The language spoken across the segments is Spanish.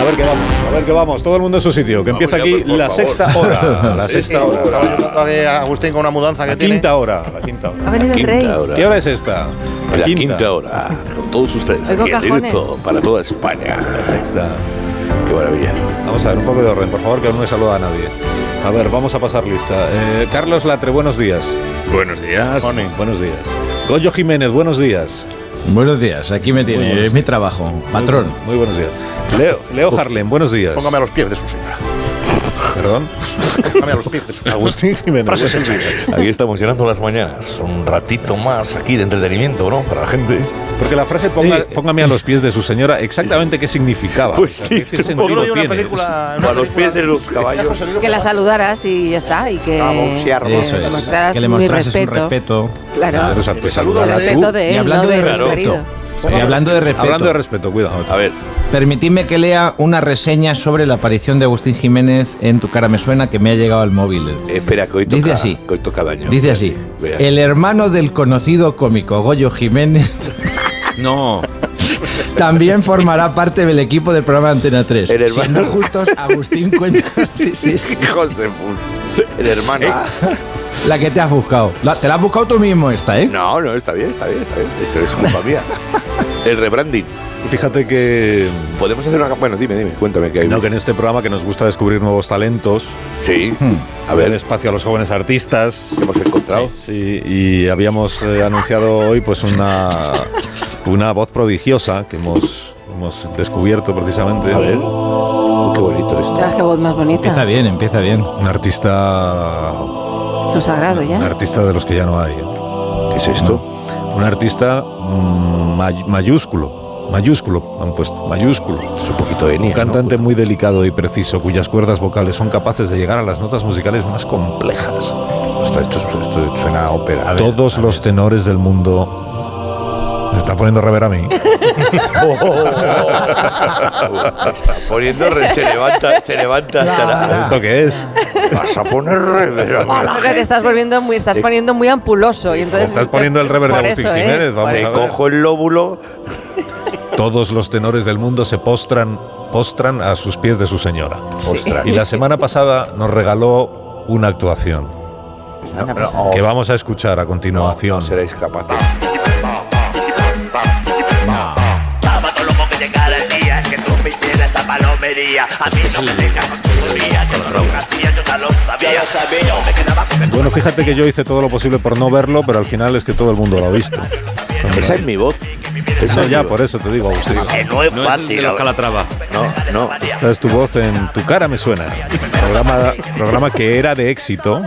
A ver qué vamos, a ver qué vamos. Todo el mundo en su sitio. Que empieza aquí pues, la sexta hora. La sexta hora. Estaba yo hablando de Agustín con una mudanza que La tiene. quinta hora. La quinta Ha hora. venido el rey. hora. ¿Qué hora es esta? La quinta. hora. Con todos ustedes. Oigo Aquí en cajones. directo para toda España. La sexta. Qué maravilla. Vamos a ver, un poco de orden, por favor, que aún no he saludado a nadie. A ver, vamos a pasar lista. Eh, Carlos Latre, buenos días. Buenos días. Buenos días. Goyo Jiménez, buenos días. Buenos días, aquí me Muy tiene, buenos es mi trabajo, patrón. Muy buenos días. Leo, Leo Harlem, buenos días. Póngame a los pies de su señora. Perdón. Póngame a los pies de su señora. Agustín Jiménez. Frases buenos días. sencillas. Aquí estamos llenando las mañanas. Un ratito más aquí de entretenimiento, ¿no? Para la gente. Porque la frase ponga- póngame a los pies de su señora, exactamente qué significaba. Pues sí, ¿qué supongo. sentido Yo lo vi en una tiene? película. en una A los película- pies de los caballos. Que la saludaras y ya está. Y que Ah, boxearlo. eh, Eso le es, mostraras que le mi mostrases respeto. un respeto. Claro. Claro, o sea, pues, el saludar a respeto tú. de él, Y hablando no de del respeto. querido. Y hablando de respeto, Hablando de respeto, cuidado. A ver, permitidme que lea una reseña sobre la aparición de Agustín Jiménez en Tu cara me suena que me ha llegado al móvil. espera, que hoy toca, Dice así. que hoy toca daño. Dice así, Verás. el hermano del conocido cómico Goyo Jiménez No, también formará parte del equipo del programa Antena 3. El hermano. Siendo justos, Agustín cuenta sí, sí, sí, Hijos de Eh, pu- El hermano. la que te has buscado. La- te la has buscado tú mismo esta, ¿eh? No, no, está bien, está bien, está bien. Esto es culpa mía. El rebranding. Fíjate que Podemos hacer una. Bueno, dime, dime, cuéntame que hay. No, que en este programa que nos gusta descubrir nuevos talentos, Sí. A a ver ver, espacio a los jóvenes artistas. ¿qué hemos encontrado? Sí, y habíamos eh, anunciado hoy pues una, una voz prodigiosa que hemos, hemos descubierto precisamente. Sí. Oh, qué bonito esto. Ostras, qué voz más Empieza bonita. bien, empieza bien. Un artista, Consagrado un ya. artista de los que ya no hay. ¿eh? ¿Qué es esto? Un artista mm, may- mayúsculo, mayúsculo han puesto, mayúsculo. Es un poquito de Un Enya, ¿no? cantante muy delicado y preciso, cuyas cuerdas vocales son capaces de llegar a las notas musicales más complejas. Ostras, esto, esto- esto suena a ópera. Todos los tenores del mundo. Me está poniendo rever a mí. Está poniendo. re- se levanta, se levanta. hasta la- ¿Esto qué es? Vas a poner rever a mala Porque te gente. estás volviendo muy, estás poniendo muy ampuloso y entonces Estás poniendo el rever de Por Agustín eso ¿eh? es, Jiménez, por vamos Te eso. a ver. cojo el lóbulo. Todos los tenores del mundo se postran, postran a sus pies de su señora. Ostras. Y la semana pasada nos regaló una actuación Ah, No, no, oh, que vamos a escuchar a no continuación. seréis capaces. Estaba todo loco que llegara el día que tú me hicieras esa palomería. A mí no me dejas con tu teoría, con la hacía yo ya lo sabía. Yo sabía, yo me quedaba con el Bueno, fíjate que yo hice todo lo posible por no verlo, pero al final es que todo el mundo lo ha visto. Esa es mi voz. Esa No, es ya, mi por eso te digo, Agustín. Que no es no es el de fácil. los Calatrava. voz. No, no. Esta es tu voz en Tu cara me suena. Programa, programa que era de éxito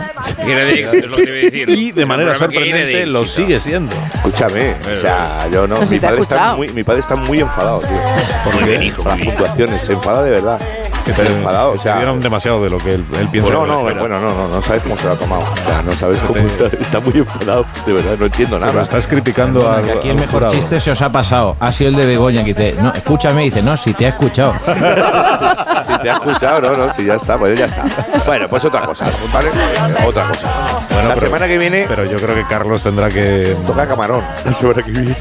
Era de éxito, es lo que te iba a decir. y de Un manera programa que era de sorprendente éxito. lo sigue siendo. Escúchame. O sea, yo no. Pues si mi, te ha padre está escuchado. muy, mi padre está muy enfadado, tío. Muy bien, hijo, Por muy las bien. puntuaciones. Se enfada de verdad. Pero enfadado, o sea. Estuvieron demasiado de lo que él, él piensa. Bueno, que no, espera. bueno, no, no, no sabes cómo se lo ha tomado. O sea, no sabes cómo está, está muy enfadado. De verdad, no entiendo Pero nada. estás criticando al, Que aquí el al mejor jurado. chiste se os ha pasado. Ha sido el de Begoña que dice, no, escúchame, dice, no, si te ha escuchado. Si te ha escuchado, no, no, si ya está, bueno, ya está. Bueno, pues otra cosa, ¿vale? Otra cosa. Bueno, la pero- semana que viene Pero yo creo que Carlos tendrá que. toca camarón. La semana que viene.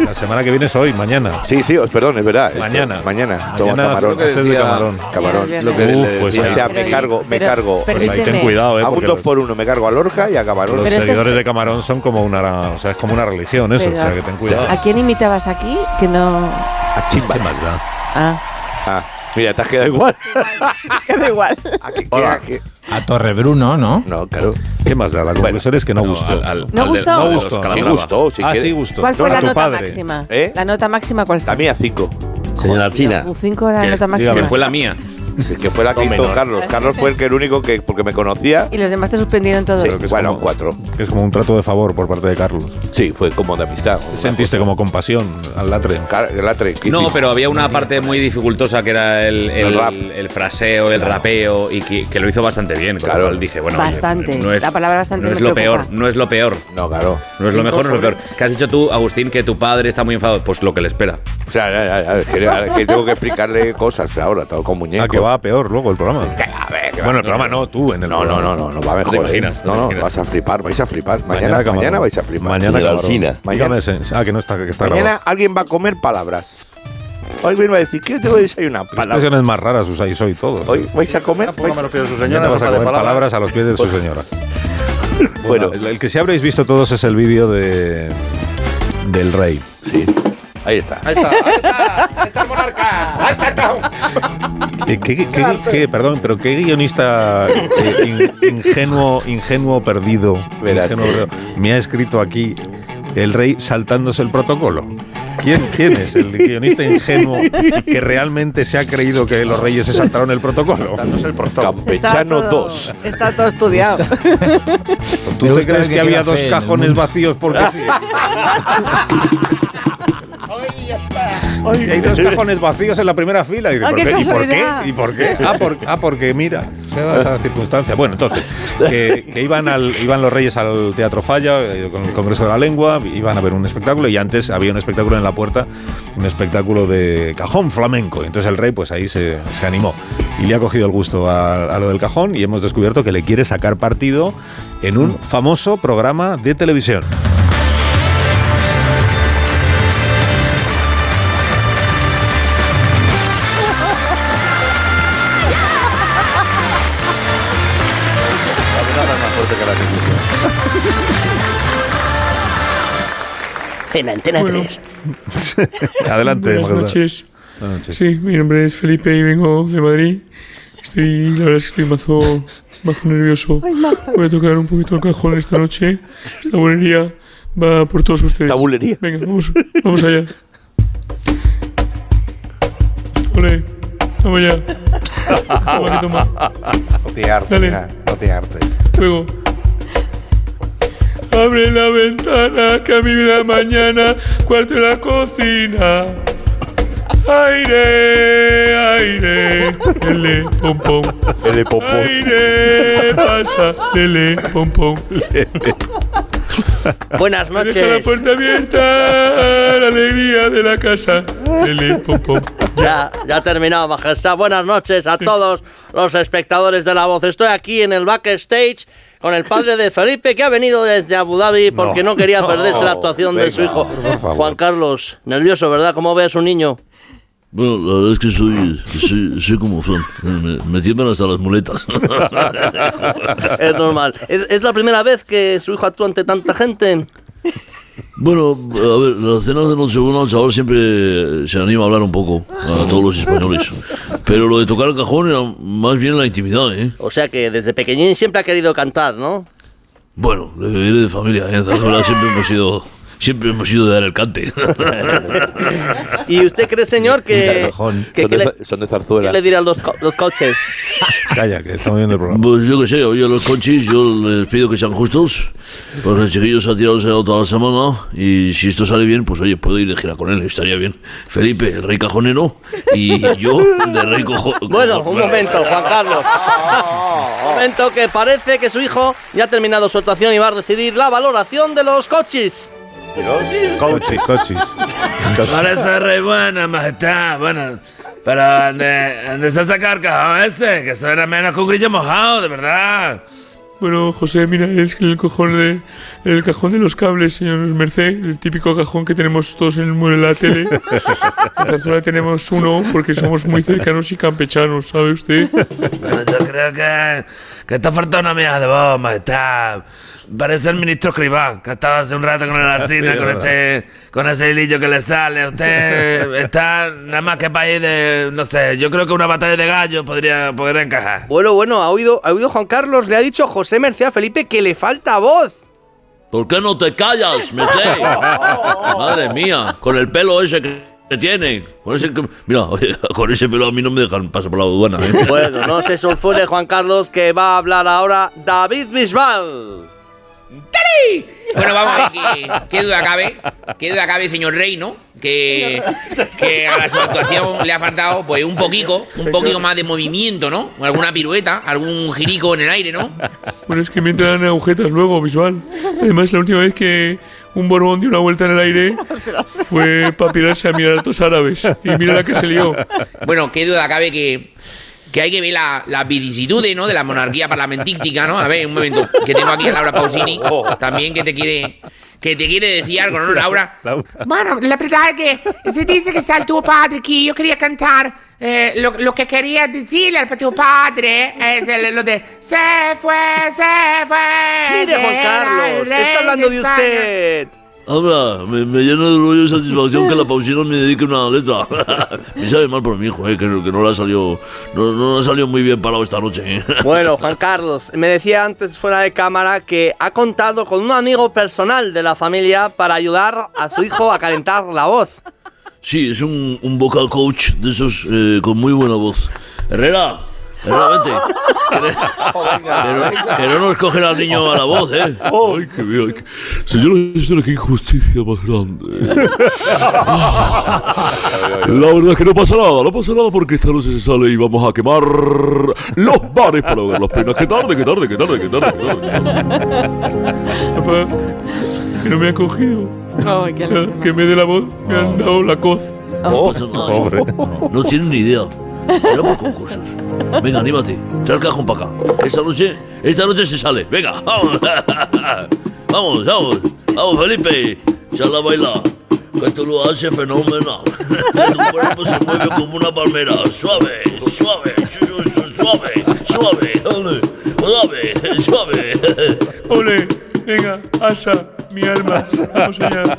La semana que viene es hoy, mañana. Sí, sí, os- perdón, es verdad. Esto- Mañana. mañana. Toma Mañana camarón. haces de decía- camarón. Camarón. Lo que le- le pues, decía- o sea, Pero- me cargo, me pero- cargo. pero- Pues ahí ten Permíteme. cuidado, ¿eh? Hago un Porque dos los, por uno, me cargo a Lorca y a camarón. los Pero esto es- seguidores de camarón son como una. O sea, es como una religión, eso. Pero- o sea, que ten cuidado. ¿A quién imitabas aquí? Que no. A chimba. más da? Ah. Ah, mira, te has quedado igual. Da igual. ¿A qué- Hola. qué- a qué? A Torre Bruno, ¿no? No, claro. ¿Qué más da? La conclusión es que no No, gustó. al- al- ¿No al de- gustó? no No de los gustó. Sí Calatrava. gustó, si ah, quieres. sí, gustó. ¿Cuál fue No, a la tu nota padre. máxima? ¿Eh? ¿La nota máxima cuál fue? También a cinco. Señora Alsina, Un 5 era la Que- nota máxima. Que fue la mía. Sí, que fue la que No hizo menor. Carlos. Carlos fue el, que, el único que, porque me conocía. Y los demás te suspendieron todos. Sí. Bueno, cuatro. Es como un trato de favor por parte de Carlos. Sí, fue como de amistad. Sentiste como compasión al latre. Car- el atre, ¿qué No, hiciste? pero había una parte muy dificultosa que era el, el- El rap. el fraseo, el rapeo, y que, que lo hizo bastante bien. Con lo Claro. cual dije, bueno, oye, Bastante. La palabra bastante No me es lo preocupa. peor, no es lo peor. No, claro. No es lo mejor, no es lo peor. ¿Qué has dicho tú, Agustín, que tu padre está muy enfadado? Pues lo que le espera. O sea, ya, ya, ya, es que, es que tengo que explicarle cosas ahora, todo con muñecos. Ah, que va peor luego el programa. Que- a ver, que va. Bueno, el programa no, tú en el No, no, no, programa. no, no va mejor. No te imaginas, ¿eh? no No, te no, imaginas. vas a flipar, vais a flipar. Mañana, mañana, acabará. vais a flipar. Mañana Mañana, acabará. Alsina. Dígame ese- Ah, que no está, que está grabado. alguien va a comer palabras. Hoy viene a decir, ¿qué tengo que desayunar? Las Palabras. expresiones más raras usáis hoy todos. ¿eh? Hoy vais a comer. Pues, Tampoco me lo pide su señora, Mañana vas a sopa de comer palabras. palabras a los pies de su señora. Bueno, el, el que sí habréis visto todos es el vídeo de del rey. sí. Ahí está. Ahí está, ahí está. Eh, ¿Qué, qué- qué- qué- perdón, pero qué guionista eh, in- ingenuo, ingenuo perdido, Verás ingenuo tú. perdido, me ha escrito aquí el rey saltándose el protocolo? ¿Quién, ¿Quién es el guionista ingenuo que realmente se ha creído que los reyes se saltaron el protocolo? Dándose el prostón. Está Campechano todo- 2. Está todo estudiado. ¿Tú Me te gusta crees el que que había tiene dos fe en el cajones mundo. vacíos porque sí? Y hay dos cajones vacíos en la primera fila. Y dice, Ah, ¿por, qué qué? ¿Y por qué? casualidad. ¿Y por qué? Ah, por- ah, porque mira, se da esa circunstancia. Bueno, entonces, que, que iban, al, iban los reyes al Teatro Falla, eh, con el Congreso de la Lengua, iban a ver un espectáculo y antes había un espectáculo en la puerta, un espectáculo de cajón flamenco. Entonces el rey, pues ahí se, se animó y le ha cogido el gusto a, a lo del cajón y hemos descubierto que le quiere sacar partido en un famoso programa de televisión. En Antena 3. Adelante, Buenas Magdalena. noches. Buenas noches. Sí, mi nombre es Felipe y vengo de Madrid. Estoy, la verdad es que estoy mazo, mazo nervioso. Voy a tocar un poquito el cajón esta noche. Esta bulería va por todos ustedes. Esta bulería. Venga, vamos, vamos allá. Ole, vamos allá. Toma que toma. No tiene arte, Dale. mira, no tiene arte. Luego. Abre la ventana que a mí me da mañana, cuarto de la cocina. Aire, aire, lele, pom pom. El popó. Aire, pasa, lele, pom pom. Buenas Deja la noches. puerta abierta, la alegría de la casa. Lele, pom pom. Ya, ya ha terminado, majestad. Buenas noches a todos los espectadores de La Voz. Estoy aquí en el backstage con el padre de Felipe, que ha venido desde Abu Dhabi porque no, quería perderse la actuación de su hijo. Juan Carlos, nervioso, ¿verdad? ¿Cómo ve a su niño? Bueno, la verdad es que soy, soy, soy como Fran. Me, me tiemblan hasta las muletas. Es normal. ¿Es, es la primera vez que su hijo actúa ante tanta gente? Bueno, a ver, las cenas de Nochebuena el chaval siempre se anima a hablar un poco a todos los españoles. Pero lo de tocar el cajón era más bien la intimidad, ¿eh? O sea que desde pequeñín siempre ha querido cantar, ¿no? Bueno, le viene de familia, ¿eh? Esta sola siempre hemos sido... Siempre hemos ido de dar el cante. ¿Y usted cree, señor, que, Cajón. que- Son que de, le, za- son de qué zarzuela. le dirán los, co- los coaches? Calla, que estamos viendo el programa. Pues yo qué sé, oye, los conchis, yo les pido que sean justos, porque el chiquillo se ha tirado el cerdo toda la semana, y si esto sale bien, pues oye, puedo ir de gira con él, estaría bien. Felipe, el rey cajonero, y yo de rey cojo... Bueno, cojo- un momento, Juan Carlos. un momento que parece que su hijo ya ha terminado su actuación y va a recibir la valoración de los coaches. Cochis, cochis. Parece rey buena, majestad, buena. Pero, ¿dónde está este carcajón este? Que suena menos que un grillo mojado, de verdad. Bueno, José, mira, es que el cajón de, el cajón de los cables, señor Merced, el típico cajón que tenemos todos en el mueble de la tele. En Venezuela tenemos uno porque somos muy cercanos y campechanos, ¿sabe usted? Bueno, yo creo que, que te ha faltado una mía de voz, majestad. Parece el ministro Escribá, que ha estado hace un rato con el Alcina, con, este, con ese hilillo que le sale. Usted está nada más que país de, no sé, yo creo que una batalla de gallos podría, podría encajar. Bueno, bueno, ha oído, ha oído Juan Carlos, le ha dicho José Merced a Felipe que le falta voz. ¿Por qué no te callas, Mercedes? Madre mía, con el pelo ese que que tienen. Con ese, mira, oye, con ese pelo a mí no me dejan pasar por la aduana. ¿eh? Bueno, no se sulfure Juan Carlos, que va a hablar ahora David Bisbal. Bueno, vamos a ver, que- qué duda cabe, qué duda cabe, señor Rey, ¿no? Que, que a la su actuación le ha faltado pues un poquito, un poquito más de movimiento, ¿no? Alguna pirueta, algún girico en el aire, ¿no? Bueno, es que me entran agujetas luego, visual. Además, la última vez que un borbón dio una vuelta en el aire fue para pirarse a mirar a estos árabes. Y mira la que se lió. Bueno, qué duda cabe que, que hay que ver la- las vicisitudes, ¿no? De la monarquía parlamentística, ¿no? A ver, un momento, que tengo aquí a Laura Pausini, también que te quiere, que te quiere decir algo, ¿no, Laura? Bueno, la verdad es que se dice que está el tuo padre aquí. Yo quería cantar eh, lo, lo que quería decirle al tu padre. Es el- lo de se fue, se fue. Mire, Juan era el Carlos, rey está hablando de España. usted. Habla, me, me llena de orgullo y satisfacción que la pausina me dedique una letra. me sabe mal por mi hijo, eh, que, que no le ha salido, no, no le ha salido muy bien parado esta noche. eh. Bueno, Juan Carlos, me decía antes fuera de cámara que ha contado con un amigo personal de la familia para ayudar a su hijo a calentar la voz. Sí, es un, un vocal coach de esos eh, con muy buena voz. Herrera, Herrera, vente. Que no, que no nos cogen al niño a la voz, ¿eh? Oh. Ay, qué bien. ay, qué- Señores, esto es la injusticia más grande. La verdad es que no pasa nada, no pasa nada porque esta noche se sale y vamos a quemar los bares para ver las penas. Qué tarde, qué tarde, qué tarde, qué tarde. Qué tarde. Papá, que no me ha cogido. ¿Eh? Ay, qué lástima. Oh. Que me dé la voz, me Ah. han dado la coz. No Oh, pasa nada. Pobre. No tienen ni idea. Era por concursos. Venga, anímate. Trae el cajón para acá. Esta noche, esta noche se sale. Venga, vamos. Vamos, vamos. Vamos, Felipe. Chala baila. Que tú lo haces fenomenal. tu cuerpo se mueve como una palmera. Suave, suave, su- su- suave, suave, ole, suave, suave. Ole, venga, asa, mi alma, vamos allá.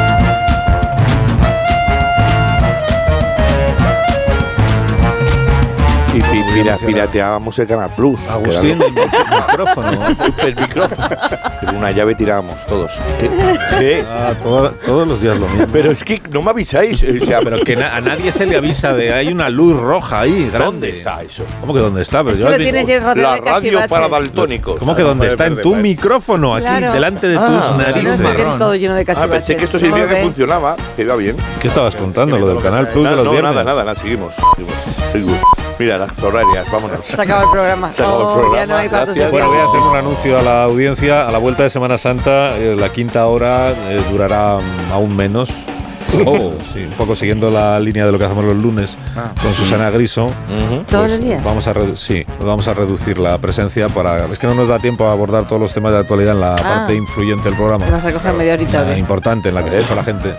Y pi- pira- pirateaba música en el Plus. que era Agustín, lo- el micrófono. el micrófono. Pero una llave tirábamos todos. ¿Qué? ¿Qué? Ah, todo- todos los días lo mismo. Pero es que no me avisáis. eh, O sea, Pero que na- a nadie se le avisa de hay una luz roja ahí, grande. ¿Dónde está eso? ¿Cómo que dónde está? Pero Es que yo lo vi- tienes ya rodeado La de radio para cachivaches. daltónicos. ¿Cómo que dónde Vale, está? En vale, tu vale. micrófono, aquí, Claro. delante de Ah, tus No es narices. marrón. meter todo lleno de Ah, cachivaches. pensé que esto No significa lo que ves. funcionaba, que iba bien. ¿Qué estabas contando? Lo del Canal Plus de Nada, los no, viernes. nada, nada, nada, seguimos. seguimos, seguimos. Mira, las horarias, vámonos. Se acaba el programa. Se acaba el Oh, Ya no programa, hay cuartos gracias. Bueno, voy a sociales. hacer un anuncio a la audiencia. A la vuelta de Semana Santa, eh, la quinta hora eh, durará mm, aún menos. Oh. Sí, un poco siguiendo la línea de lo que hacemos los lunes Ah. con Susana Griso. Todos pues, los días. Vamos a redu- sí, vamos a reducir la presencia para. Es que no nos da tiempo a abordar todos los temas de actualidad en la parte influyente del programa. Ah. Te vas a coger media horita. o la qué? importante en la que escucha la gente.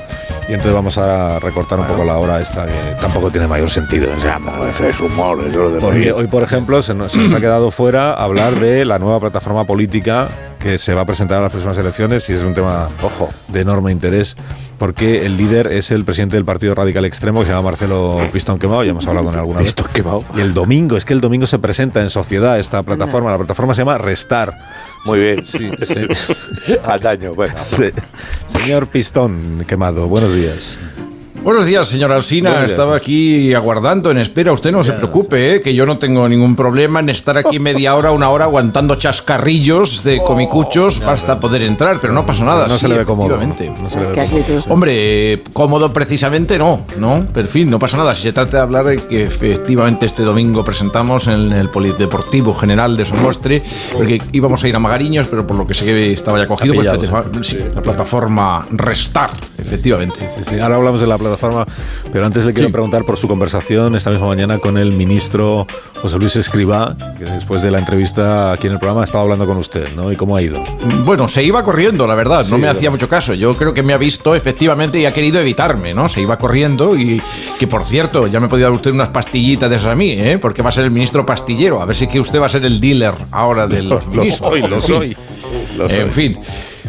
Y entonces vamos a recortar un poco la hora esta, que tampoco tiene mayor sentido. O sea, Ese es humor, es lo de porque hoy, por ejemplo, se nos, se nos ha quedado fuera hablar de la nueva plataforma política que se va a presentar a las próximas elecciones y es un tema, ojo, de enorme interés, porque el líder es el presidente del Partido Radical Extremo, que se llama Marcelo Pistón Quemado, ya hemos hablado con él alguna vez. Esto quemado. Y el domingo, es que el domingo se presenta en sociedad esta plataforma, la plataforma se llama Restar. Muy bien. Sí, se- Al daño, venga. se- señor Pistón Quemado, buenos días. Buenos días, señor Alsina. Buenos días. Estaba aquí aguardando en espera. Usted no se preocupe, eh, que yo no tengo ningún problema en estar aquí media hora, una hora aguantando chascarrillos de comicuchos hasta poder entrar, pero no pasa nada. Oh, No se sí, le ve cómodo. ¿no? efectivamente. No se le Es ve que cómodo. actitud. Hombre, eh, cómodo precisamente no, ¿no? Pero en fin, no pasa nada. Si se trata de hablar de que efectivamente este domingo presentamos en el Polideportivo General de Somostre, porque íbamos a ir a Magariños, pero por lo que sé que estaba ya cogido, pues, Apillado. plataforma- sí, la plataforma Restar, efectivamente. Sí, sí, ahora hablamos de la plataforma, pero antes le quiero Sí. preguntar por su conversación esta misma mañana con el ministro José Luis Escribá, que después de la entrevista aquí en el programa estaba hablando con usted, ¿no? ¿Y cómo ha ido? Bueno, se iba corriendo, la verdad, no me hacía mucho caso. Yo creo que me ha visto efectivamente y ha querido evitarme, ¿no? Se iba corriendo y que, por cierto, ya me podía dar usted unas pastillitas de esas a mí, ¿eh? Porque va a ser el ministro pastillero. A ver si que usted va a ser el dealer ahora de los ministros. soy, lo En fin. soy. En fin.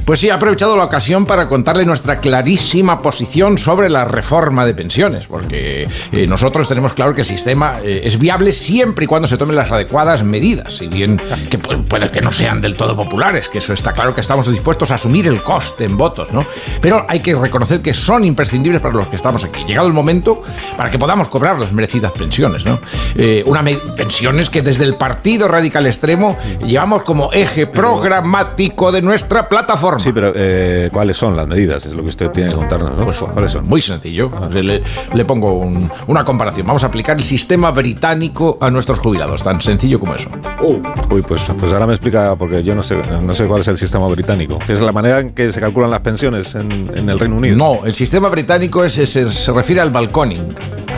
Pues sí, ha aprovechado la ocasión para contarle nuestra clarísima posición sobre la reforma de pensiones, porque eh, nosotros tenemos claro que el sistema eh, es viable siempre y cuando se tomen las adecuadas medidas, si bien que pu- puede que no sean del todo populares, que eso está claro que estamos dispuestos a asumir el coste en votos, ¿no? Pero hay que reconocer que son imprescindibles para los que estamos aquí. Llegado el momento para que podamos cobrar las merecidas pensiones, ¿no? Eh, una me- pensiones que desde el Partido Radical Extremo llevamos como eje programático de nuestra plataforma. Sí, pero eh, ¿cuáles son las medidas? Es lo que usted tiene que contarnos, ¿no? ¿Cuáles son? Pues, Muy sencillo. Le, le pongo un- una comparación. Vamos a aplicar el sistema británico a nuestros jubilados. Tan sencillo como eso. Uy, pues, pues ahora me explica, porque yo no sé, no sé cuál es el sistema británico, que es la manera en que se calculan las pensiones en, en el Reino Unido. No, el sistema británico es, es- se refiere al balconing.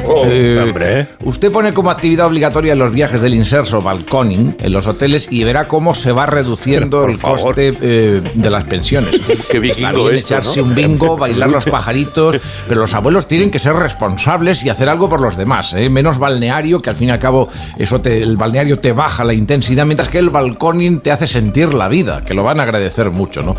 Oh, Eh, usted pone como actividad obligatoria en los viajes del inserso balconing en los hoteles y verá cómo se va reduciendo Por el favor. coste eh, de las pensiones. Qué Está vikingo bien esto, echarse ¿no? un bingo, bailar los pajaritos, pero los abuelos tienen que ser responsables y hacer algo por los demás. ¿eh? Menos balneario, que al fin y al cabo eso te- el balneario te baja la intensidad, mientras que el balconing te hace sentir la vida, que lo van a agradecer mucho, ¿no?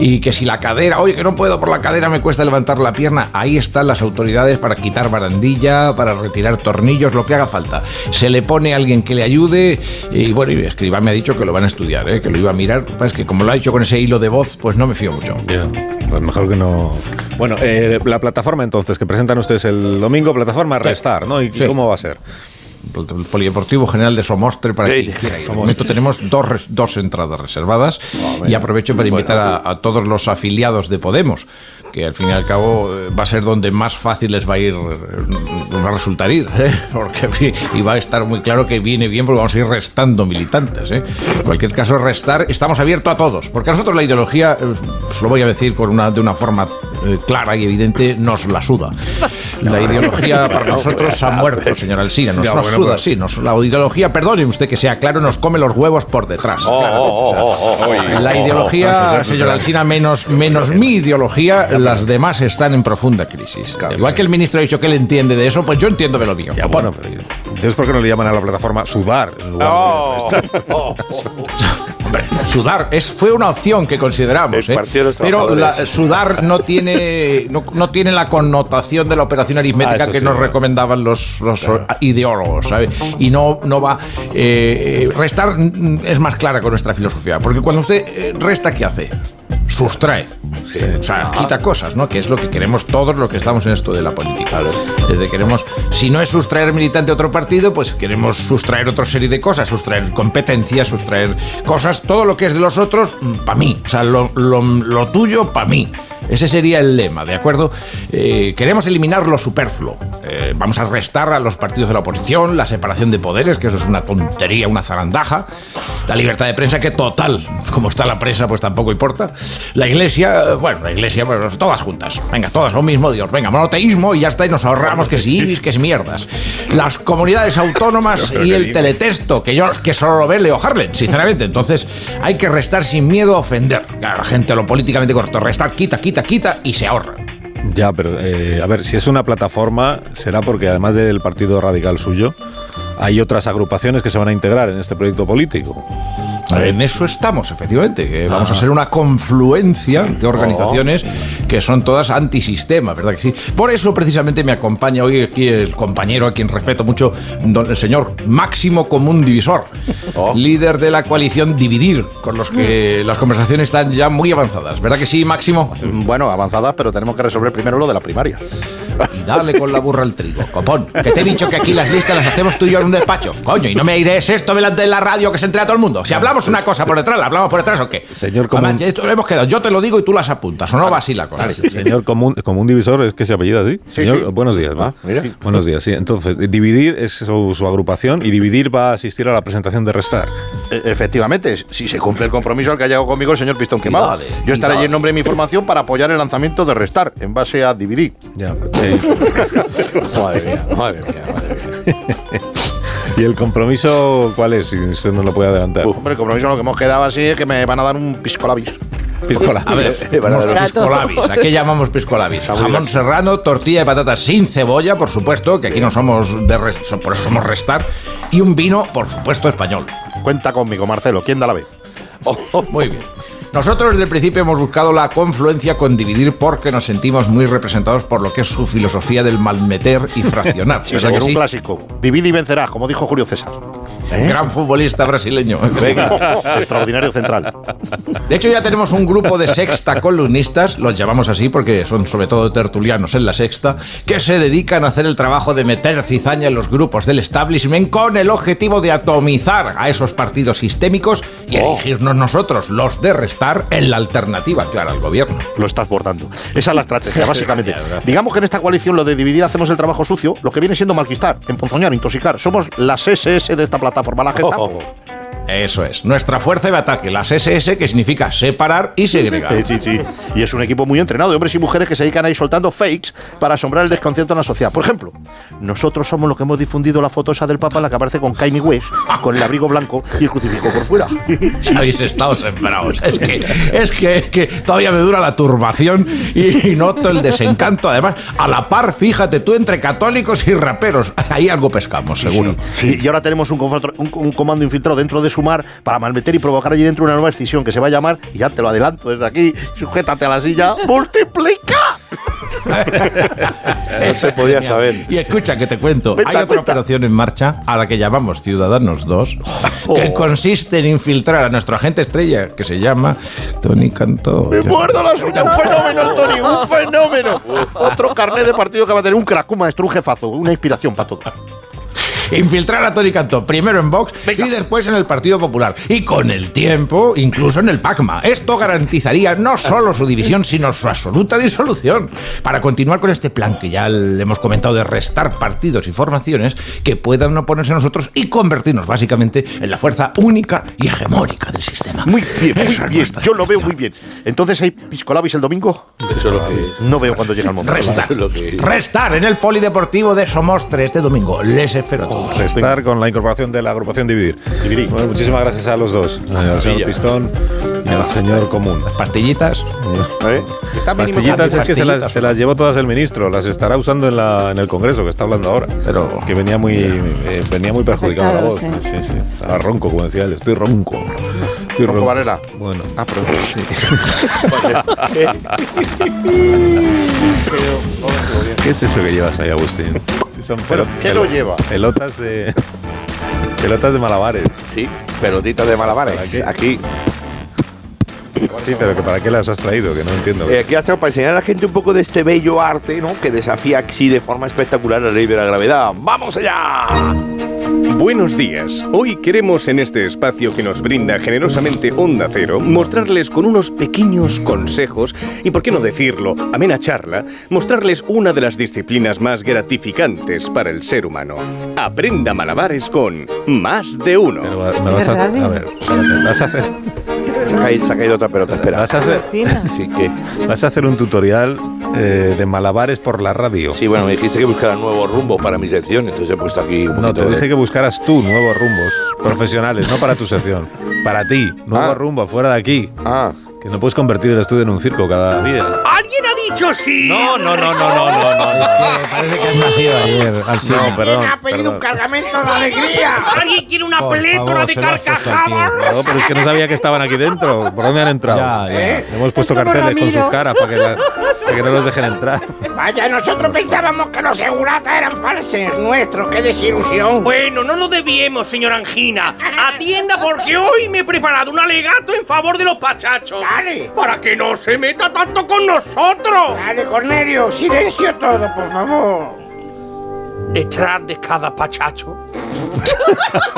Y que si la cadera, oye, que no puedo por la cadera, me cuesta levantar la pierna, ahí están las autoridades para quitar barandilla, para retirar tornillos, lo que haga falta. Se le pone a alguien que le ayude y bueno, y escriba me ha dicho que lo van a estudiar, ¿eh? que lo iba a mirar, es que como lo ha hecho con ese hilo de voz, pues no me fío mucho. Ya, Pues mejor que no. Bueno, eh, la plataforma entonces que presentan ustedes el domingo, plataforma Restar, ¿no? ¿Y y cómo va a ser? el Polideportivo General de Somostre para quien quiera ir. De momento tenemos dos, res- dos entradas reservadas y aprovecho para invitar a, a todos los afiliados de Podemos, que al fin y al cabo eh, va a ser donde más fácil les va a ir, eh, va a resultar ir, ¿eh? porque en fin, y va a estar muy claro que viene bien porque vamos a ir restando militantes. ¿eh? En cualquier caso, restar, estamos abiertos a todos, porque a nosotros la ideología, eh, os lo voy a decir con una, de una forma eh, clara y evidente, nos la suda. La ideología para nosotros ha muerto, señor Alsina, nos Ya, la bueno, suda, pues- pero- sí, nos, la ideología, perdone usted que sea claro, nos come los huevos por detrás. Oh, Oh, Oh, claramente. O sea, la pues ideología, señor Alsina, menos, menos mi ideología, las demás están en profunda crisis. Igual que el ministro ha dicho que él entiende de eso, pues yo entiendo de lo mío. Bueno, Entonces, ¿por qué no le llaman a la plataforma Sudar? En lugar de oh, Restar? oh. Hombre, sudar es, fue una opción que consideramos, ¿eh? partido de los pero la- trabajadores. sudar no tiene no, no tiene la connotación de la operación aritmética Ah, eso que sí, nos claro. recomendaban los, los ideólogos, ¿sabes? Y no, no va eh, eh, restar mm, es más clara con nuestra filosofía, porque cuando usted eh, resta qué hace, sustrae, o Ah. sea quita cosas, ¿no? Que es lo que queremos todos los que estamos en esto de la política. Desde queremos, si no es sustraer militante a otro partido, pues queremos sustraer otra serie de cosas, sustraer competencias, sustraer cosas, todo lo que es de los otros, para mí. O sea, lo, lo- lo tuyo, para mí. Ese sería el lema, ¿de acuerdo? Eh, queremos eliminar lo superfluo. Eh, vamos a restar a los partidos de la oposición, la separación de poderes, que eso es una tontería, una zarandaja. La libertad de prensa, que total, como está la prensa, pues tampoco importa. La iglesia, eh, bueno, la iglesia, bueno, todas juntas. Venga, todas, lo mismo Dios. Venga, monoteísmo y ya está, y nos ahorramos que si ibis, que si mierdas. Las comunidades autónomas Pero y qué el digo. teletexto, que yo que solo lo ve Leo Harlen, sinceramente. Entonces, hay que restar sin miedo a ofender. A la gente lo políticamente correcto, restar, quita, quita, quita y se ahorra. Ya, pero eh, a ver, si es una plataforma, será porque además del partido radical suyo, hay otras agrupaciones que se van a integrar en este proyecto político. Ah, En eso estamos, efectivamente. que Eh, vamos a ser una confluencia Oh. de organizaciones que son todas antisistema, ¿verdad que sí? Por eso, precisamente, me acompaña hoy aquí el compañero a quien respeto mucho, don, el señor Máximo Común Divisor, Oh. líder de la coalición Dividir, con los Mm. que las conversaciones están ya muy avanzadas, ¿verdad que sí, Máximo? Bueno, avanzadas, pero tenemos que resolver primero lo de la primaria. Y dale con la burra al trigo, copón. Que te he dicho que aquí las listas las hacemos tú y yo en un despacho. Coño, y no me iré esto delante de la radio que se entera todo el mundo. Si hablamos una cosa por detrás, la hablamos por detrás o qué. Señor Común- Además, esto lo hemos quedado. Yo te lo digo y tú las apuntas. O no va así la cosa. Señor común, común divisor, es que se apellida así. Señor, Buenos días. Ah, ¿no? Buenos días, sí. Entonces, eh, dividir es su, su agrupación y dividir va a asistir a la presentación de restar. E- eh, Efectivamente, si se cumple el compromiso al que ha llegado conmigo el señor Pistón Quemado. dale, Yo y estaré dale. allí en nombre de mi formación para apoyar el lanzamiento de Restar, en base a DVD. Ya. madre mía, madre mía, ¿Y el compromiso cuál es? Si usted no lo puede adelantar. Hombre, el compromiso en lo que hemos quedado así es que me van a dar un piscolabis. Piscolabis. A ver, unos piscolabis. ¿A qué llamamos piscolabis? Jamón serrano, tortilla de patatas sin cebolla, por supuesto, que aquí no somos de res- so- por eso somos restar, y un vino, por supuesto, español. Cuenta conmigo, Marcelo. ¿Quién da la vez? Muy bien. Nosotros desde el principio hemos buscado la confluencia con dividir porque nos sentimos muy representados por lo que es su filosofía del malmeter y fraccionar. Sí, ¿Verdad según que un sí? clásico. Divide y vencerás, como dijo Julio César. ¿Eh? Gran futbolista brasileño. Venga, extraordinario central. De hecho, ya tenemos un grupo de sexta columnistas, los llamamos así porque son sobre todo tertulianos en la sexta, que se dedican a hacer el trabajo de meter cizaña en los grupos del establishment con el objetivo de atomizar a esos partidos sistémicos y Oh. elegirnos nosotros, los de restar, en la alternativa clara al gobierno. Lo estás bordando. Esa es la estrategia, básicamente. Digamos que en esta coalición lo de dividir hacemos el trabajo sucio, lo que viene siendo malquistar, emponzoñar, intoxicar. Somos las SS de esta plataforma, la Oh, Gestapo. Eso es, nuestra fuerza de ataque, las SS, que significa separar y segregar. Sí, sí. Y es un equipo muy entrenado de hombres y mujeres que se dedican a ir soltando fakes para asombrar el desconcierto en la sociedad. Por ejemplo, nosotros somos los que hemos difundido la foto esa del Papa en la que aparece con Kanye West, con el abrigo blanco y el crucifijo por fuera. Habéis estado sembrados. Es que, es que, es que todavía me dura la turbación y, y noto el desencanto. Además, a la par, fíjate tú, entre católicos y raperos. Ahí algo pescamos, seguro. Sí, y ahora tenemos un, confronto- un- un comando infiltrado dentro de Sumar para malmeter y provocar allí dentro una nueva escisión que se va a llamar, y ya te lo adelanto desde aquí, sujétate a la silla, ¡multiplica! No se podía saber. Y escucha que te cuento. Hay otra operación en marcha a la que llamamos Ciudadanos 2, que Oh. consiste en infiltrar a nuestro agente estrella, que se llama Tony Cantó. ¡Me muerdo la suya! ¡Un fenómeno, Antonio! ¡Un fenómeno! Otro carnet de partido que va a tener un crack, un maestro, un jefazo, una inspiración para todos. Infiltrar a Tony Cantó primero en Vox y después en el Partido Popular. Y con el tiempo, incluso en el PACMA. Esto garantizaría no solo su división, sino su absoluta disolución. Para continuar con este plan que ya le hemos comentado de restar partidos y formaciones que puedan oponerse a nosotros y convertirnos básicamente en la fuerza única y hegemónica del sistema. Muy bien, muy bien. Yo lo veo muy bien. Entonces, ¿hay piscolabis el domingo? Eso lo que No veo cuando llega el momento. Restar. Restar en el Polideportivo de Somostre este domingo. Les espero a todos. Restar con la incorporación de la agrupación Dividir. Bueno, muchísimas gracias a los dos, al señor Pistón y al señor Común. Las pastillitas. Pastillitas es que se las, se las llevó todas el ministro, las estará usando en, la, en el Congreso que está hablando ahora. Pero que venía muy, eh, venía muy perjudicada la voz. Sí. Afectado, Sí, Estaba ronco, como decía él, estoy ronco. Estoy Ronco Varela. Bueno. Ah, pero sí. ¿Qué es eso que llevas ahí, Agustín? Son Pero, pelo- ¿qué lo lleva? Pelotas de. Pelotas de malabares. Sí, pelotitas de malabares. Aquí. Sí, pero que ¿para qué las has traído? Que no entiendo. Eh, aquí ha estado para enseñar a la gente un poco de este bello arte, ¿no? Que desafía así de forma espectacular la ley de la gravedad. ¡Vamos allá! Buenos días. Hoy queremos en este espacio que nos brinda generosamente Onda Cero mostrarles con unos pequeños consejos y, por qué no decirlo, amena charla, mostrarles una de las disciplinas más gratificantes para el ser humano. Aprenda malabares con más de uno. Me vas a, a ver, espérate, vas a hacer. Se ha caído, se ha caído otra pelota, espera. Vas a hacer. Sí, que. Vas a hacer un tutorial eh, de malabares por la radio. Sí, bueno, me dijiste que buscara nuevo rumbo para mi sección, entonces he puesto aquí un No, poquito te de- dije que buscaras tú nuevos rumbos profesionales, no para tu sección. Para ti, nuevo Ah. rumbo, fuera de aquí. Que no puedes convertir el estudio en un circo cada día. ¿Alguien ha dicho sí? No, no, no, no, no, no, Parece que has nacido ayer, Alsina. No, perdón, perdón. cargamento de alegría. ¿Alguien quiere una Por plétora favor, de se lo has puesto carcajadas? No, pero es que no sabía que estaban aquí dentro. ¿Por dónde han entrado? ¿Eh? ya. Le Hemos puesto Somos carteles con Ramiro. sus caras para que, la- para que no los dejen entrar. Vaya, nosotros pensábamos que los seguratas eran falses nuestros, qué desilusión. Bueno, no lo debíamos, señor Angina. Atienda porque hoy me he preparado un alegato en favor de los pachachos. Dale. Para que no se meta tanto con nosotros. Dale, Cornelio, silencio todo, por favor. Detrás de cada pachacho.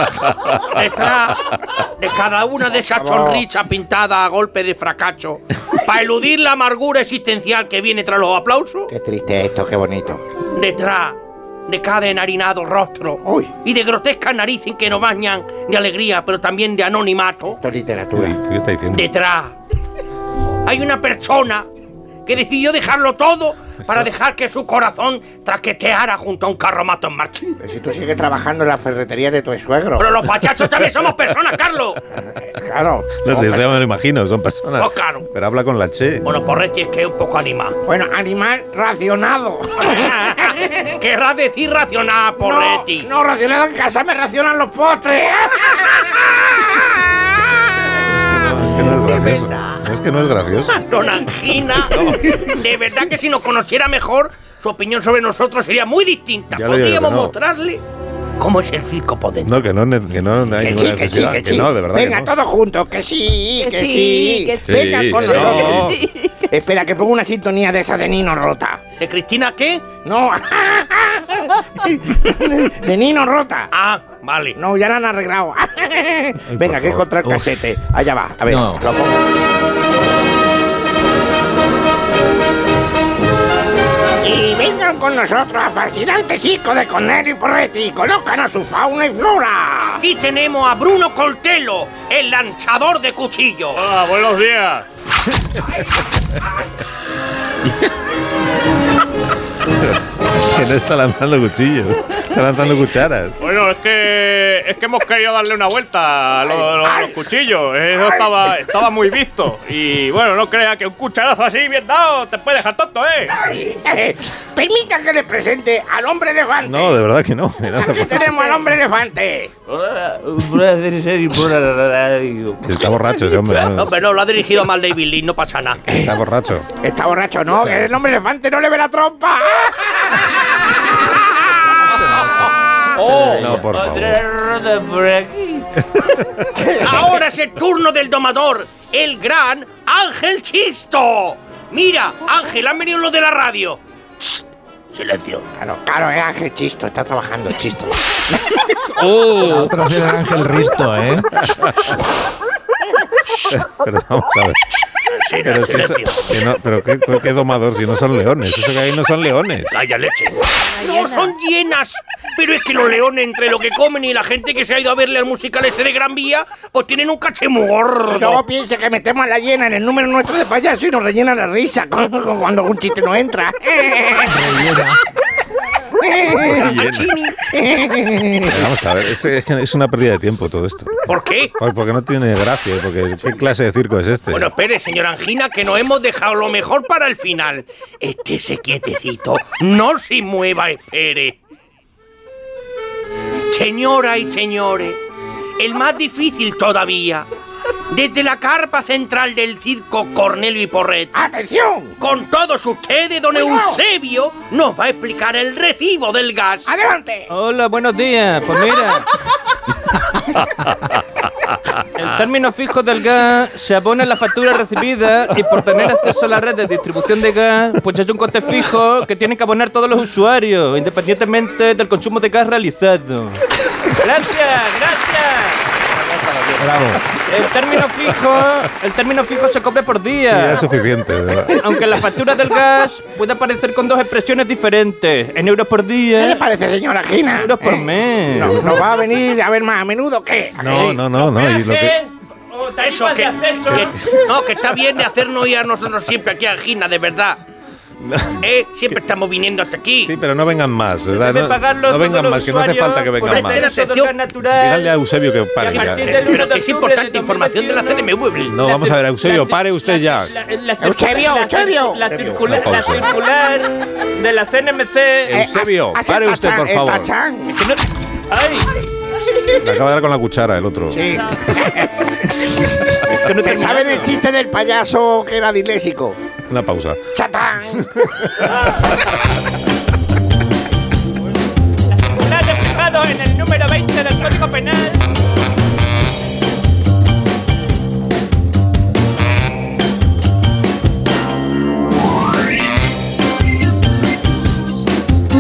Detrás de cada una de esas Vamos. sonrisas pintadas a golpe de fracacho. Para eludir la amargura existencial que viene tras los aplausos. Qué triste esto, qué bonito. detrás de cada enharinado rostro y de grotescas narices que nos bañan de alegría, pero también de anonimato. Esto es literatura. ¿Qué está diciendo? Detrás hay una persona que decidió dejarlo todo para dejar que su corazón traqueteara junto a un carromato en marcha. Pero si tú sigues trabajando en la ferretería de tu suegro. Pero los pachachos también somos personas, Carlos. Claro. No sé, eso ya me lo imagino, son personas. Oh, claro. Pero habla con la che. Bueno, Porretti es que es un poco animal. Bueno, animal racionado. Querrás decir racional, Porretti. No, racionado en casa me racionan los postres. Es que no es gracioso. No que no es gracioso. Ah, Don Angina, de verdad que si nos conociera mejor, su opinión sobre nosotros sería muy distinta. Ya le digo que Podríamos no. mostrarle cómo es el circo por dentro. No, que no, ne- que no hay Que sí, ninguna que sí, necesidad. que que, sí. no, de verdad. Venga, que no. todos juntos, que sí, que, Que sí, sí, que sí. Venga, Sí, con que nosotros. sí. Espera, que pongo una sintonía de esa de Nino Rota. ¿De Cristina qué? No. de Nino Rota. Ah, vale. No, ya la han arreglado. Venga, que es contra el casete. Allá va, a ver. No. Lo pongo. Y vengan con nosotros a fascinante chico de Cornelio y Porretti. Conozcan a su fauna y flora. Aquí tenemos a Bruno Coltelo, el lanzador de cuchillos. Hola, Ah, buenos días. Que no está lanzando cuchillos, está lanzando cucharas. Bueno, es que, es que hemos querido darle una vuelta a lo, de los- los cuchillos. Eso estaba, estaba muy visto. Y bueno, no crea que un cucharazo así bien dado te puede dejar tonto, ¿eh? Permita que le presente al hombre elefante. No, de verdad que no. que no. Aquí tenemos al hombre elefante. Está borracho ese hombre. No, ¿no? pero no, lo ha dirigido mal David Lee, no pasa nada. Está borracho. Está borracho, no, que el hombre elefante no le ve la trompa. Oh. No, por favor. Ahora es el turno del domador, el gran Ángel Chisto. Mira, Ángel, han venido los de la radio. Silencio. Claro, claro, es Ángel Chisto, está trabajando Chisto. Oh. La otra vez era Ángel Risto, ¿eh? Pero vamos a ver. Sí, Pero, si eso- que no- pero qué, qué domador, si no son leones. Eso que hay no son leones. Calla leche. No, son llenas. Pero es que los leones, entre lo que comen y la gente que se ha ido a verle al musical ese de Gran Vía, pues tienen un caché muy gordo. No piense que metemos a la llena en el número nuestro de payaso y nos rellena la risa con- con- cuando un chiste no entra. Pero Vamos a ver, esto es que es una pérdida de tiempo todo esto. ¿Por qué? Pues porque no tiene gracia, porque ¿qué clase de circo es este? Bueno, espere, señor Angina, que nos hemos dejado lo mejor para el final. Estése quietecito, no se mueva, espere. Señoras y señores, el más difícil todavía. Desde la carpa central del circo Cornelio y Porret. ¡Atención! Con todos ustedes, don Cuidado. Eusebio nos va a explicar el recibo del gas. ¡Adelante! Hola, buenos días. Pues mira, el término fijo del gas se abona en la factura recibida y por tener acceso a la red de distribución de gas, pues es un coste fijo que tienen que abonar todos los usuarios, independientemente del consumo de gas realizado. Gracias, gracias. Bravo. El término fijo, el término fijo se cobra por Sí, ya día. es suficiente, de verdad. Aunque la factura del gas puede aparecer con dos expresiones diferentes, en euros por día. ¿Qué le parece, señora Gina? En euros por mes. Eh, No, ¿Nos va a venir a ver más a menudo o qué? ¿A que No, sí? no, no, no. Y lo que, Eso que, que- no, que está bien de hacernos ir a nosotros siempre aquí a Angina, de verdad. Eh, siempre estamos viniendo hasta aquí. sí, pero no vengan más, de ¿verdad? debe No, pagarlo no vengan todos los más, que no hace usuarios falta que vengan por más. tener acceso al gas Díganle a natural. Eusebio que Y pare a ya. partir del Pero que es importante información de la CNMV. No, vamos a ver, Eusebio, pare usted ya. Eusebio, la- Eusebio. La, circular, Una la pausa. circular de la CNMC. Eusebio, Eh, as- as- pare usted, por favor. Es que no- ¡Ay! Le acaba de dar con la cuchara el otro. Sí. que no ¿Se termina, saben ¿no? el chiste del payaso que era disléxico? Una pausa. ¡Chatán! Circular reflejado en el número 20 del Código Penal.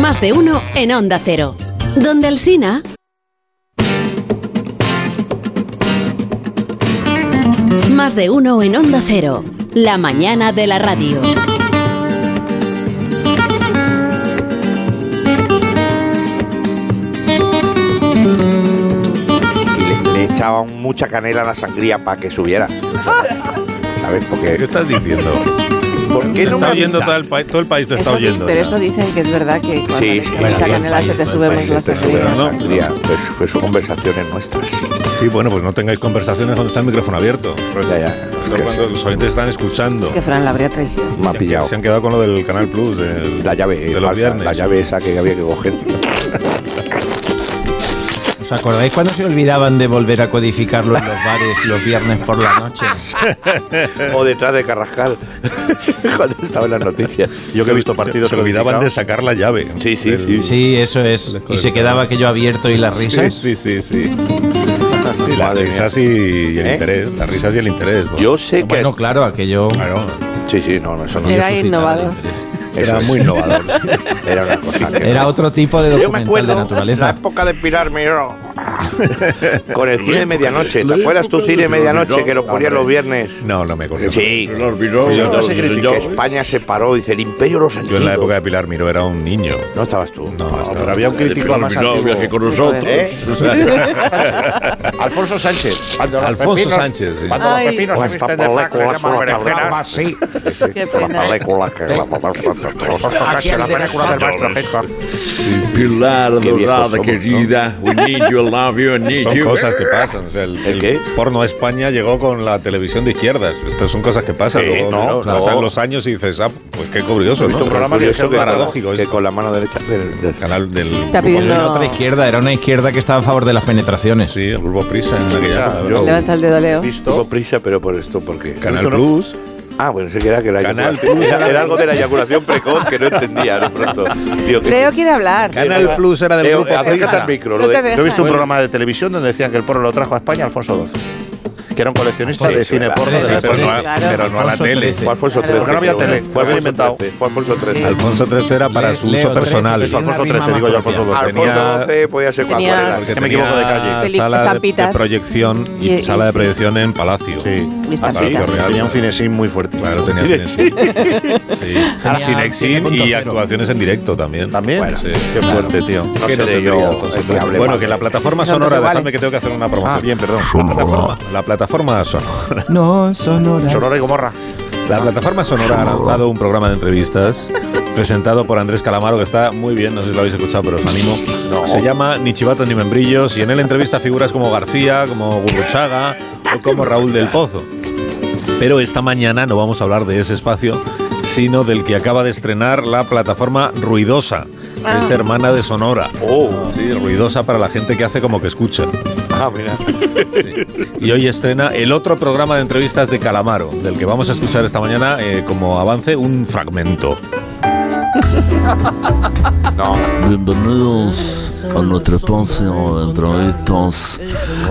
Más de uno en Onda Cero. Donde el Sina. Más de uno en Onda Cero. La mañana de la radio. Le, le echaban mucha canela a la sangría para que subiera. ¿Sabes por qué? ¿Qué estás diciendo? ¿Por qué no me está oyendo avisa? todo el, país, todo el país te está Eso di- oyendo. pero ya. eso dicen que es verdad que cuando Sí, le sí, echas bueno, mucha todo el canela se país, te todo el sube país muy la te sube la sangría. Pues, pues son conversaciones nuestras. Sí, bueno, pues no tengáis conversaciones cuando está el micrófono abierto. Pues Ya, ya. Esto cuando los oyentes están escuchando. Es que Fran la habría traicionado. Me ha pillado. Se han quedado con lo del Canal Plus. del- La llave, de los falsa, viernes. la llave esa que había que coger. ¿Os acordáis cuando se olvidaban de volver a codificarlo en los bares los viernes por la noche? o detrás de Carrascal. Cuando estaba en las noticias. Yo que he visto partidos se olvidaban de sacar la llave. Sí, sí, sí. Sí, eso es. Y se quedaba aquello abierto y las risas. Sí, sí, sí. sí. Sí, las risas y, y ¿Eh? el interés. Las risas y el interés. Yo sé que. Bueno, claro, aquello. Sí, sí, no, no, eso no. Era innovador. Eso Era es. muy innovador. Era una cosa que- Era otro tipo de Yo me documental acuerdo de naturaleza. la época de Pilar Miró. Con el cine de medianoche. ¿Te acuerdas tu cine de medianoche que lo ponían los viernes? No, no me acuerdo. Sí. Miró, Yo no sé los criticar, Miró. España se paró, dice el imperio de los Yo en la sentidos. época de Pilar Miró era un niño. No estabas tú. No, estaba- pero había un De crítico Pilar más Miró, antiguo. viaje con ¿Eh? Alfonso Sánchez. Cuando los Alfonso pepinos- Sánchez, sí. Cuando los Ay. pepinos se Pues visten de tampoco frac, le la llaman coloca, Ah, berenjena, así. Qué pena. Aquí el de nosotros. Pilar Qué viejos dorada, é somos, ¿no? querida. We need you, I love you, I need Son you. cosas que pasan. o sea, el, el porno a España llegó con la televisión de izquierdas. Estas son cosas que pasan. Sí, Luego, no, claro, pasan no. los años y dices, ah, pues qué curioso, He visto ¿no? un programa que Curioso, decía que con- paradójico. que con la mano derecha del, canal del Está pidiendo- Era otra izquierda, era una izquierda que estaba a favor de las penetraciones. Sí, el grupo Prisa en aquella época, ¿verdad? Levanta el dedo, Leo. Tengo prisa, pero por esto, porque. Canal Esto no- Plus. Ah, bueno, sé que era que la Canal eyaculación- Plus Era, era- era algo de la eyaculación precoz que no entendía de pronto. Digo, ¿qué Leo es quiere hablar. Canal Plus era Eh, del Leo, grupo acércate Prisa. al micro. No Yo te he visto un dejan. programa de televisión donde decían que el porno lo trajo a España Alfonso XII. Que era un coleccionista Sí, de sí, cine verdad. porno. de la Pero época. no a- Claro. pero no a la Alfonso tele. XIII. Fue Alfonso XIII, Porque no había pero bueno. tele. Fue Alfonso Alfonso inventado. XIII, Fue Alfonso XIII. Alfonso XIII era para su uso personal. Eso, Alfonso XIII, digo yo, Alfonso XII. Alfonso XII podía ser con Tenía- acuarela. Porque Que me equivoco de calle. tenía Sala de- de, estampitas. proyección y, Y- y sala de sí. proyección en Palacio. Sí. Y estampitas. Tenía un cinesín muy fuerte. Claro, tenía Cinesín. cinesín. Sí. Cinexin y actuaciones en directo también. También. Qué fuerte, tío. No seré yo el que hable bueno, mal. que la plataforma Esos son sonora, desiguales. dejadme que tengo que hacer una promoción. Ah, bien, perdón. La plataforma, la plataforma sonora. No, sonora. Sonora y Gomorra. La plataforma sonora ha lanzado un programa de entrevistas presentado por Andrés Calamaro que está muy bien, no sé si lo habéis escuchado, pero os animo. Se llama Ni chivatos ni membrillos y en él entrevista a figuras como García, como Gurruchaga o como Raúl del Pozo. Pero esta mañana no vamos a hablar de ese espacio, sino del que acaba de estrenar la plataforma Ruidosa. que Es Ah. hermana de Sonora. Oh. Sí, ruidosa para la gente que hace como que escucha. Ah, mira. Y hoy estrena el otro programa de entrevistas de Calamaro, del que vamos a escuchar esta mañana eh, como avance un fragmento. Bienvenidos a nuestro espacio de entrevistas.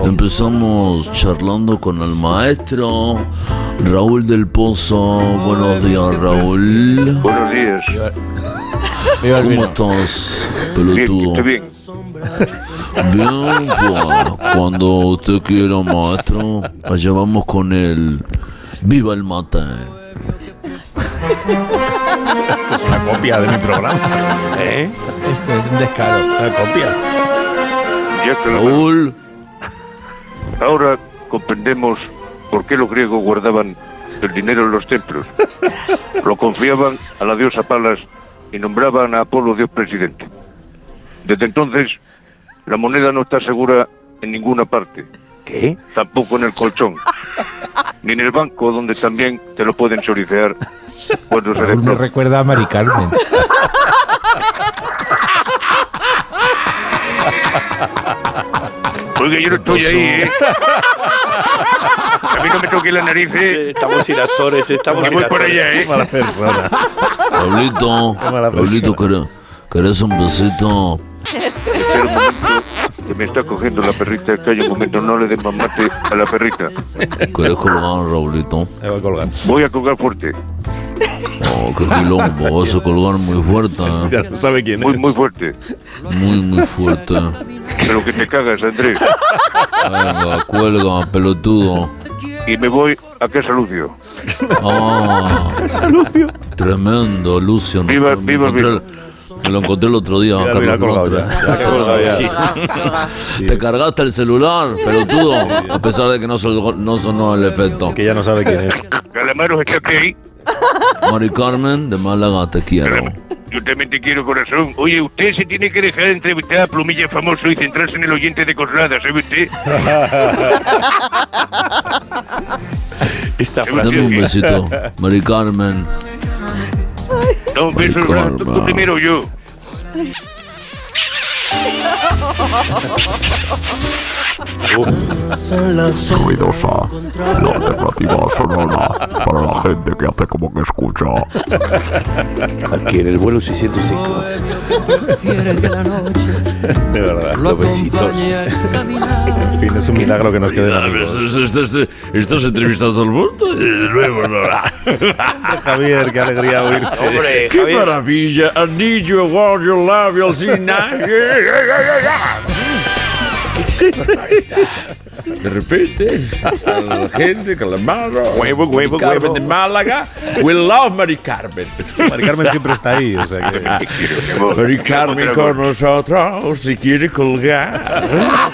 Empezamos charlando con el maestro Raúl del Pozo. Buenos días, Raúl. Buenos días. ¿Cómo estás, pelotudo? Estoy bien. Bien, pues, cuando usted quiera, maestro, allá vamos con el Viva el mate. Una copia de mi programa. ¿Eh? Esto es un descaro. Una copia. Ya te lo- Ahora comprendemos por qué los griegos guardaban el dinero en los templos. Lo confiaban a la diosa Palas y nombraban a Apolo dios presidente. Desde entonces, la moneda no está segura en ninguna parte. ¿Qué? Tampoco en el colchón. Ni en el banco, donde también te lo pueden solicear cuando se Raúl me desplome. recuerda a Mari Carmen. Oiga, yo no estoy ahí, ¿eh? A mí no me toque la nariz, ¿eh? Estamos sin actores, estamos Me sin voy por actores. allá, ¿eh? Raulito, Raulito, ¿querés- ¿querés un besito? Espera un momento, que me está cogiendo la perrita. Calla un momento, no le des más mate a la perrita. ¿Querés colgar, Raulito? Me voy a colgar. Voy a colgar fuerte. Oh, qué quilombo, vas a colgar muy fuerte, ¿eh? Ya no sabe quién muy, es. Muy fuerte. Muy, muy fuerte. Pero que te cagas, Andrés. Venga, cuelga, pelotudo. Y me voy a casa Lucio. Ah, tremendo, Lucio. no- Viva- me, viva, encontré- me lo encontré el otro día, Mira, mira, Carlos colgado ya. Ya, colgado ya. Lostre. Te cargaste el celular, pelotudo, a pesar de que no, sol- no sonó el efecto. Que ya no sabe quién es. Calamaros, está ahí. Mari Carmen de Málaga, te quiero. Yo también te quiero, corazón. Oye, usted se tiene que dejar de entrevistar a Plumilla Famoso y centrarse en el oyente de Corrada, ¿sabe usted? Esta frase. Dame un besito, Mari Carmen. No, un beso, Mari Blas, tú Carmen. primero yo. Ruidosa, la alternativa sonora para la gente que hace como que escucha. Aquí en el vuelo 605. De verdad. Los besitos. En fin, es un milagro que nos queden amigos. ¿Estás entrevistando a todo el mundo? Y De nuevo, Nora. Javier, qué alegría oírte. Hombre, qué maravilla. I need you, I want your love, you'll see now. Yeah, yeah, yeah, yeah, yeah. De repente, a la gente, Calamaro, Huevo, huevo, Mari Carmen huevo. de Málaga, we love Mari Carmen. Mari Carmen siempre está ahí, o sea que. Mari Carmen con nosotros, si quiere colgar.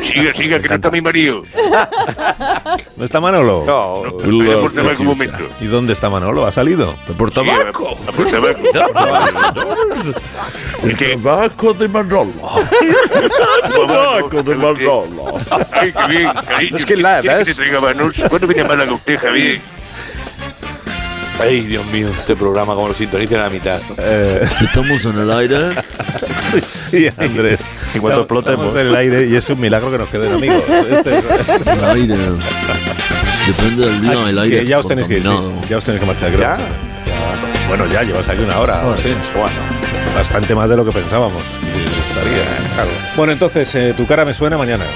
Siga, siga, que no está mi marido. ¿No está Manolo? No, No, estoy de Portabaco un momento. ¿Y dónde está Manolo? ¿Ha salido? ¿Por tabaco? eh, Por tabaco. El tabaco de Manolo. tabaco de Manolo. Ay, qué bien, cariño. Es que la verdad es... ¿Cuándo viene a Málaga usted, Javier? Ay, Dios mío, este programa como lo sintonicen a la mitad. Eh. Estamos en el aire. sí, Andrés. En cuanto explotemos. explotemos. en el aire y es un milagro que nos queden amigos. Este es- El aire. Depende del día, el aire. Ah, Que ya os tenéis que ir, sí. contaminado. ya os tenéis que marchar, creo. ¿Ya? Ya. Bueno, ya llevas aquí una hora. Ah, sí. Bueno, bastante más de lo que pensábamos. Y estaría, eh, claro. Bueno, entonces, eh, tu cara me suena mañana.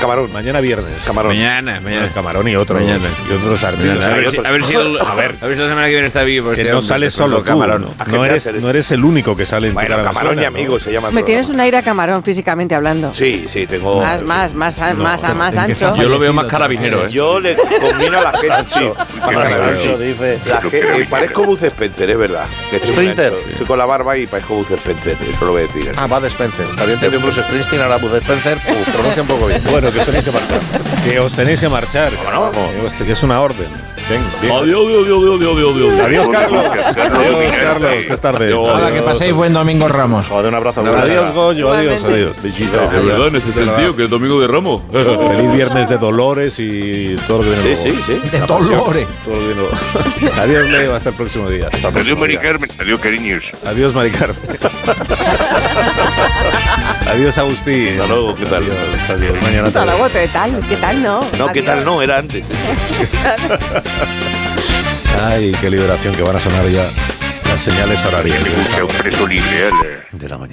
Camarón. Mañana viernes. Camarón. Mañana, mañana. Camarón y otros. Mañana. Y otros artistas. A ver, si, a, ver si el- A ver, a ver si la semana que viene está vivo. pues, Que este no hombre, sales te cuento, solo tú. camarón. No, No eres, no eres el único que sale en tu Bueno, cara. me Camarón suena, y ¿no? amigos se llama. el Me programa. tienes un aire a camarón físicamente hablando. Sí, sí, tengo. Más, más, más, a- más, a- más ancho. Yo lo veo más carabinero, ¿eh? Yo le combino a la gente. sí. Más Claro, ancho. sí. Dice, la gente- eh, parezco Buzz Spencer, es verdad. Que estoy, Sprinter. ancho. estoy con la barba y parezco Buzz Spencer, eso lo voy a decir. Ah, va de Spencer. También te veo Bruce Springsteen, ahora Bruce Spencer. Uh, pronuncia un poco bien. Bueno, que os tenéis que marchar. Que os tenéis que marchar. Que os- Que es una orden. Venga, bien. Adiós, adiós, adiós, adiós, adiós. Adiós, Carlos. Adiós, Carlos. Que es tarde. Nada, que paséis buen domingo, Ramos. un abrazo. Adiós, Goyo. Adiós, Igualmente. adiós. De verdad, en ese De verdad. sentido, que es domingo de Ramos. Feliz viernes de Dolores y todo lo que viene Sí, luego. sí, sí. De Dolores. Todo lo que viene luego. Adiós, Leo. Hasta el próximo día. Hasta el Adiós, próximo Mari día. Carmen. Adiós, cariños. Adiós, Mari Carmen. Adiós, Agustín. Hasta luego. ¿Qué tal? Adiós. adiós. Mañana Hasta te veo. luego, ¿qué tal? ¿Qué tal, no? ¿eh? No, ¿qué tal? No, era antes. Ay, qué liberación que van a sonar ya las señales horarias. Busca un preso libre, ala. De la mañana.